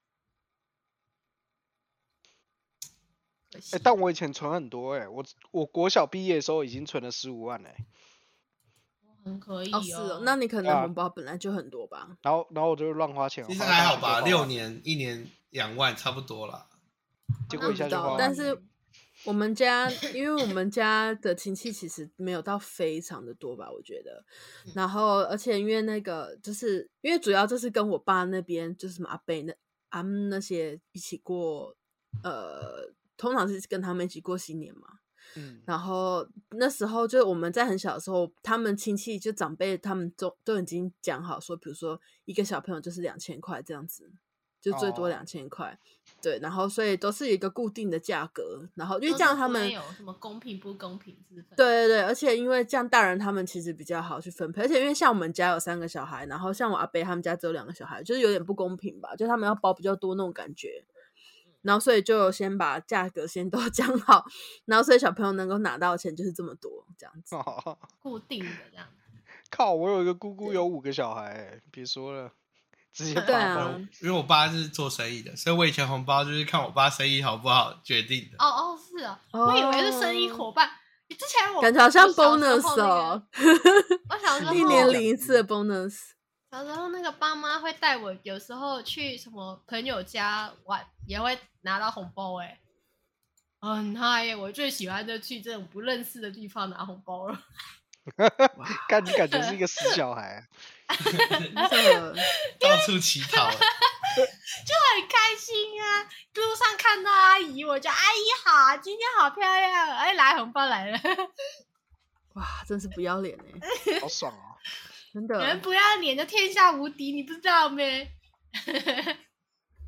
S3: 可惜
S2: 哎，但我以前存很多哎、我我国小毕业的时候已经存了十五万哎、
S3: 很可以
S4: 哦是哦，那你可
S2: 对
S4: 能
S2: 啊
S4: 红包本来就很多吧？
S2: 然后然后我就乱花钱”，
S1: 其实
S2: 花到
S1: 还好
S2: 大学
S1: 吧，
S2: 就花
S1: 六
S2: 完，
S1: 年一年两万差不多啦。
S2: 结
S3: 那
S2: 果
S3: 我
S2: 一下
S4: 知
S2: 就
S4: 道
S2: 花完
S4: 但
S2: 了
S3: 嗯
S4: 是我们家，因为我们家的亲戚其实没有到非常的多吧，我觉得。然后，而且因为那个，就是因为主要就是跟我爸那边，就是什么阿贝那阿姆那些一起过，呃，通常是跟他们一起过新年嘛。
S2: 嗯，
S4: 然后那时候就我们在很小的时候，他们亲戚就长辈他们都都已经讲好说，比如说一个小朋友就是两千块这样子，就最多
S2: 哦
S4: 两千块。对，然后所以都是有一个固定的价格，然后因
S3: 就
S4: 为这样他们
S3: 有什么公平不公平之分？，
S4: 对对对，而且因为这样大人他们其实比较好去分配，而且因为像我们家有三个小孩，然后像我阿伯他们家只有两个小孩，就是有点不公平吧，就他们要包比较多那种感觉。
S1: 嗯
S4: 然后所以就先把价格先都 讲好，然后所以小朋友能够拿到的钱就是这么多这样子。
S2: 哦
S3: 固定的这样。
S2: 靠，我有一个姑姑有五个小孩、欸，别说了，直接
S3: 对
S2: 发
S4: 啊
S2: 疯。
S1: 因为我爸是做生意的，所以我以前红包就是看我爸生意好不好决定的。
S3: 哦哦，是哦，我以为是生意伙伴。之前我
S4: 哦感觉好像
S3: 我小时候
S4: bonus 哦，
S3: 那个我 小时候
S4: 一年领一次的 bonus。
S3: 小时候那个爸妈会带我，有时候去什么朋友家玩，也会拿到红包哎、很嗨耶！我最喜欢就去这种不认识的地方拿红包了。
S4: 啊
S2: 看你感觉是一个死小 孩啊、
S4: 真的
S1: 到处乞 讨，
S3: 很开心啊！路上看到阿姨，我就阿姨好，今天好漂亮，哎，来红包来了，
S4: 哇，真是不要脸哎、
S2: 好爽哦、
S4: 真
S3: 人
S1: 哎
S4: 的
S3: 不要脸就天下无敌，你不知道 咩？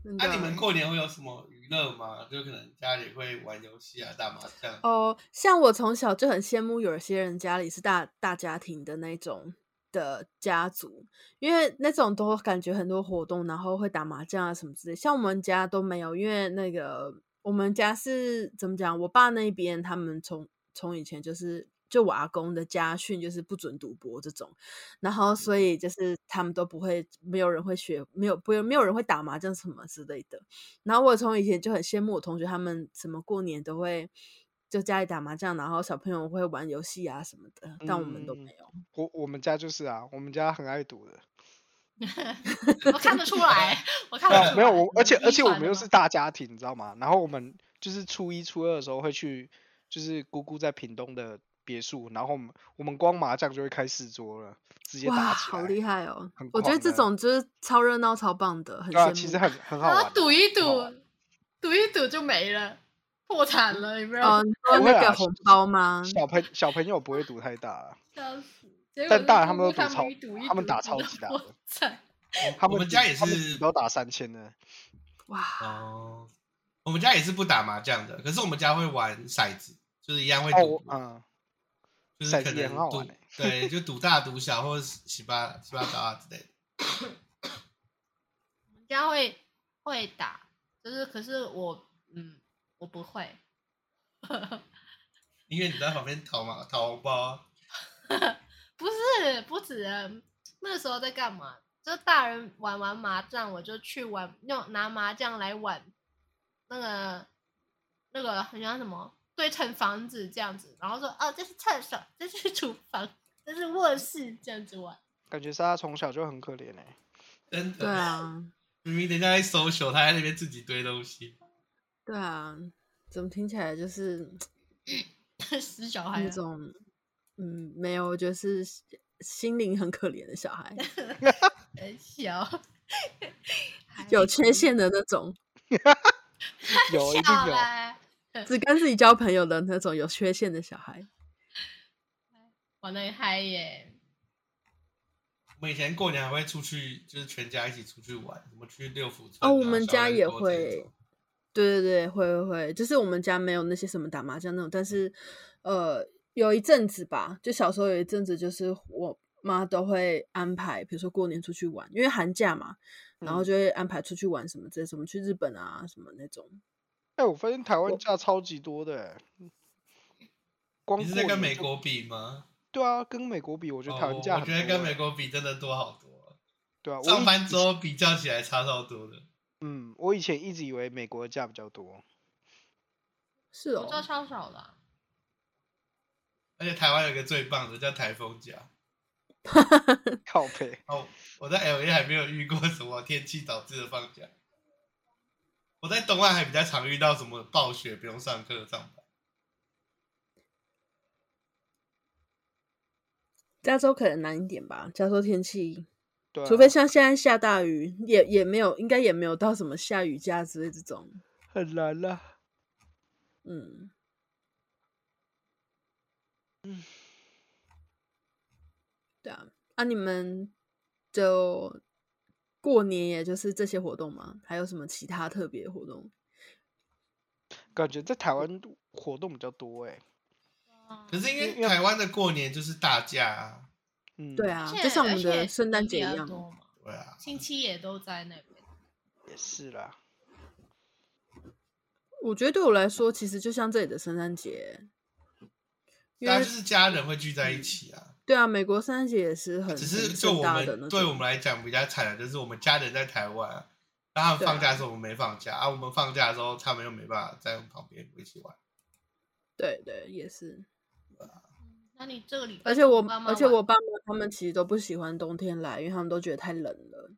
S4: 真
S1: 那、
S4: 的。
S1: 你们过年会有什么娱乐吗？就可能家里会玩游戏啊、打麻将。
S4: 哦，像我从小就很羡慕有些人家里是大大家庭的那种的家族，因为那种都感觉很多活动，然后会打麻将啊什么之类。像我们家都没有，因为那个我们家是怎么讲？我爸那边他们从从以前就是就我阿公的家训就是不准赌博这种，然后所以
S2: 嗯
S4: 就是他们都不会，没有人会学，没有不没有人会打麻将什么之类的。然后我从以前就很羡慕我同学，他们什么过年都会就家里打麻将，然后小朋友会玩游戏啊什么的，但我们都没
S2: 嗯
S4: 有。
S2: 我我们家就是啊，我们家很爱赌的。
S3: 我看得出来， 我看得出 来。
S2: 没有我，而且而且我们
S3: 没
S2: 又
S3: 有
S2: 是大家庭，你知道吗？然后我们就是初一、初二的时候会去，就是姑姑在屏东的别墅，然后我们我们光麻将就会开四桌了，直接
S4: 哇，
S2: 打起来，
S4: 好厉！害哦
S2: 很！
S4: 我觉得
S2: 狂
S4: 这
S2: 的
S4: 种就是超热闹、超棒的，很
S2: 对
S4: 羡
S2: 啊，
S4: 慕。
S2: 其实很很好
S3: 然 后
S2: 玩。
S3: 赌一
S2: 好
S3: 赌
S2: 玩，
S3: 赌一赌就没了，破产了，有没有？
S4: 哦，你说
S2: 不会啊
S4: 那
S2: 啦
S4: 个红包吗？
S2: 小朋小朋友不会赌太大了，
S3: 笑死！结果
S2: 但
S3: 是
S2: 大人
S3: 姑
S2: 他们都赌
S3: 姑
S2: 超
S3: 一赌一
S2: 他们
S3: 赌
S2: 打
S3: 赌
S2: 超
S3: 到
S2: 级大
S3: 破
S2: 的
S3: 产
S2: 他
S1: 我
S2: 们
S1: 们
S2: 赌
S1: 家也
S2: 他们
S1: 是
S2: 赌都打三千的。
S4: 哇，
S1: 哦，我们家也是不打麻将的，可是我们家会玩骰子，就是一样会
S2: 哦，
S1: 赌
S2: 我
S1: 博，
S2: 嗯，
S1: 就是
S2: 骰
S1: 可
S2: 子也很
S1: 能
S2: 好
S1: 赌
S2: 玩欸
S1: 对，就赌大赌小或者七八七八糟啊之类的。
S3: 人家会会打，就是可是我嗯我不会，
S1: 因为你在旁边讨嘛讨红包啊，
S3: 不是不止那时候在干嘛？就大人玩完麻将，我就去玩用拿麻将来玩那个那个很像什么对称房子这样子，然后说哦这是厕所，这是厨房，这是卧室这样子玩。
S2: 感觉是他从小就很可 怜哎、
S1: 真
S4: 对
S1: 的，
S4: 啊，
S1: 明明人家在 social，他在那边自己堆东西。
S4: 对啊，怎么听起来就是
S3: 死小
S2: 哎
S3: 孩
S4: 那
S3: 啊，
S4: 种嗯，没有，我觉得是心灵很可怜的小孩，
S3: 很小，
S4: 有缺陷的那种。
S2: 有一定有。
S3: 有。
S4: 只跟自己交朋友的那种有缺陷的小孩。
S3: 玩的嗨耶！
S1: 我们以前过年还会出去，就是全家一起出去玩，什么去六福村啊、
S4: 哦，我们
S1: 小
S4: 家
S1: 人
S4: 也
S1: 国这一
S4: 会
S1: 种，
S4: 对对对，会会会，就是我们家没有那些什么打麻将那种，但是呃，有一阵子吧，就小时候有一阵子，就是我妈都会安排，比如说过年出去玩，因为寒假嘛，然后
S2: 嗯
S4: 就会安排出去玩什么这什么去日本啊什么那种。
S2: 哎、我发现台湾假超级多的、欸，光
S1: 你是在
S2: 过
S1: 跟
S2: 年
S1: 美
S2: 就
S1: 国比吗？
S2: 对啊，跟美国比，我觉得台
S1: 哦
S2: 湾
S1: 我
S2: 假
S1: 我
S2: 很多
S1: 觉
S2: 欸、
S1: 得跟美国比真的多好多。
S2: 对啊，我
S1: 上
S2: 以
S1: 班之后比较起来差超多的。
S2: 嗯，我以前一直以为美国的假比较多，
S4: 是
S3: 我
S4: 哦
S3: 知，道超少的啊、
S1: 而且台湾有一个最棒的叫台风假，
S4: 呃
S2: 靠背
S1: 哦，我在 L A 还没有遇过什么天气导致的放假。我在东岸还比较常遇到什么暴雪不用上课上班。
S4: 加州可能难一点吧，加州天气，
S2: 对、啊，
S4: 除非像现在下大雨，也也没有，应该也没有到什么下雨假之类这种。
S2: 很难啦、
S4: 嗯，
S2: 嗯，
S4: 对啊，啊，你们就过年也就是这些活动吗？还有什么其他特别活动？
S2: 感觉在台湾活动比较多哎、
S1: 可是因
S2: 因为
S1: 为台湾的过年就是大假啊，
S2: 嗯，
S4: 对
S3: 而
S4: 啊，
S3: 且
S4: 就像我
S3: 而
S4: 们的
S3: 且
S4: 圣诞
S3: 比
S4: 节一
S3: 较
S4: 样。
S3: 多嘛
S1: 对啊，
S3: 亲戚也都在那边。
S2: 也是啦。
S4: 我觉得对我来说，其实就像这里的圣诞节，因
S1: 大家
S4: 为
S1: 就是家人会聚在一起啊。
S4: 对啊，美国圣诞节也是很
S1: 只是
S4: 嗯很
S1: 就
S4: 盛
S1: 我
S4: 大的那
S1: 们对我
S4: 种
S1: 们来讲比较惨的就是我们家人在台湾啊，然后他们放假的时候我们没放假啊，我们放假的时候他们又没办法在我们旁边一起玩。
S4: 对对也是。
S3: 那你这个礼拜
S4: 而且
S3: 跟
S4: 我
S3: 爸妈
S4: 而且
S3: 玩
S4: 我爸妈他们其实都不喜欢冬天来，因为他们都觉得太冷了。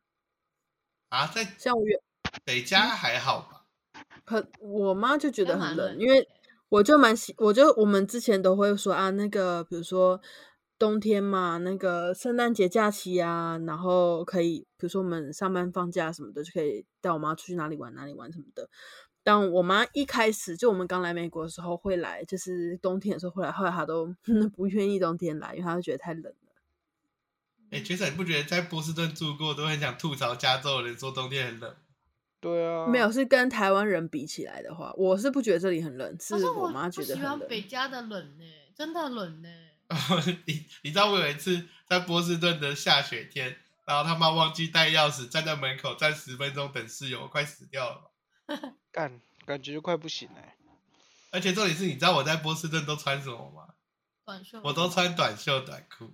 S1: 啊，在
S4: 像我原
S1: 北加
S4: 嗯
S1: 还好吧？
S4: 很我妈就觉
S3: 还
S4: 得
S3: 蛮
S4: 很冷，
S3: 的
S4: 因为我就蛮喜，我就我们之前都会说啊，那个比如说冬天嘛，那个圣诞节假期啊，然后可以比如说我们上班放假什么的，就可以带我妈出去哪里玩哪里玩什么的。但我妈一开始就我们刚来美国的时候会来，就是冬天的时候会来，后来她都 不愿意冬天来，因为她就觉得太冷了。
S1: 哎、角色你不觉得在波士顿住过都很想吐槽加州的人说冬天很冷？
S2: 对啊，
S3: 哦
S4: 没有，是跟台湾人比起来的话，我是不觉得这里很冷，是
S3: 可是
S4: 我
S3: 我
S4: 妈觉
S3: 不
S4: 得
S3: 喜
S4: 很
S3: 欢
S4: 冷。
S3: 北加的冷呢、真的冷呢、
S1: 你你知道我有一次在波士顿的下雪天，然后他妈忘记带钥匙，站在门口站十分钟等室友，我快死掉了吧。
S2: 干，感觉就快不行哎、
S1: 而且重点是，你知道我在波士顿都穿什么吗？
S3: 短袖
S1: 我都穿短袖短裤，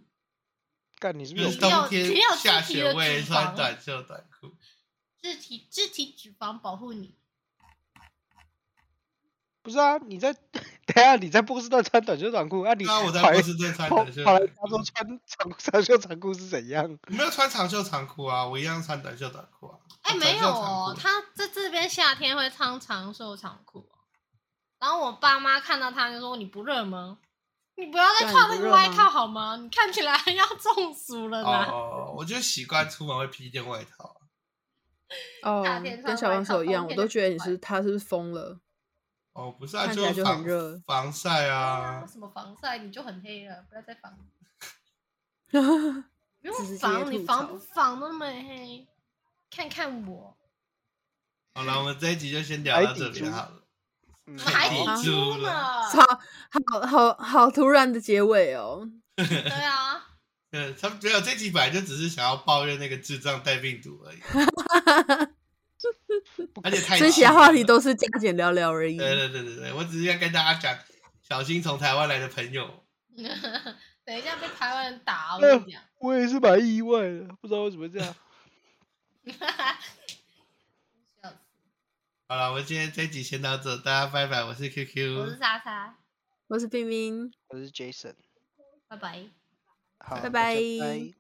S2: 干，你是不
S1: 就是是
S2: 有
S3: 到
S1: 冬
S2: 病？
S1: 天
S3: 你有
S1: 下
S3: 自己
S1: 雪
S3: 的
S1: 我也
S3: 脂肪啊
S1: 穿短袖短 裤。
S3: 肢体肢体脂肪保护你。
S2: 不是啊，你在 等一下你在波士顿穿短袖短裤啊你？
S1: 刚刚我在
S2: 跑来
S1: 波士顿穿
S2: 跑
S1: 短袖
S2: 跑
S1: 短
S2: 来加州
S1: 裤，
S2: 穿长长袖长裤是怎样？
S1: 我没有穿长袖长裤啊，我一样穿短袖短裤啊。
S3: 哎、
S1: 我
S3: 没
S1: 短袖
S3: 有
S1: 长
S3: 哦，
S1: 裤
S3: 他在这边夏天会穿长袖长裤哦、然后我爸妈看到他就说：“你不热吗？你不要
S4: 对
S3: 再
S4: 啊
S3: 套那
S4: 你不
S3: 个
S4: 热
S3: 外
S4: 吗
S3: 套好吗？你看起来 要中暑了呢。
S1: 哦，我就习惯出门会披一件外套啊。
S4: 哦
S3: 夏天，
S4: 跟
S3: 穿
S4: 小
S3: 外
S4: 帮
S3: 套
S4: 手一
S3: 冬
S4: 样，我
S3: 天
S4: 都
S3: 就
S4: 觉得你
S3: 穿
S4: 是他是不是疯了？
S1: 哦，不是啊，
S4: 看起来就很
S1: 防
S4: 热
S1: 防晒
S3: 对
S1: 啊
S3: 啊，。什么防晒你就很黑了，不要再 防，不
S4: 直接
S3: 用防，你
S4: 吐
S3: 防
S4: 槽
S3: 不防都那么黑。看看我，
S1: 好了，我们这一集就先聊到这边好了。
S2: 嗯，
S3: 我们还
S1: 抵
S2: 好
S3: 挺猪
S1: 住
S3: 呢。
S4: 超好好好突然的结尾哦，
S3: 对啊，
S1: 嗯，他们没有这集本来就只是想要抱怨那个智障带病毒 而已，而且太
S4: 所以其
S1: 气
S4: 他
S1: 了
S4: 话题都是加减聊聊而已。
S1: 对对对对对，我只是要跟大家讲，小心从台湾来的朋友。
S3: 等一下被台湾人打，我跟你讲。
S2: 我也是蛮意外的，不知道为什么这样。
S3: 笑死
S1: 好了，我们今天这集先到这，大家拜拜，我是
S3: 我
S1: QQ
S3: 是。莎莎，
S4: 我是冰冰。
S2: 我是 Jason，
S3: 拜拜。
S2: 好，
S4: 拜
S2: 大家
S4: 拜
S2: 拜。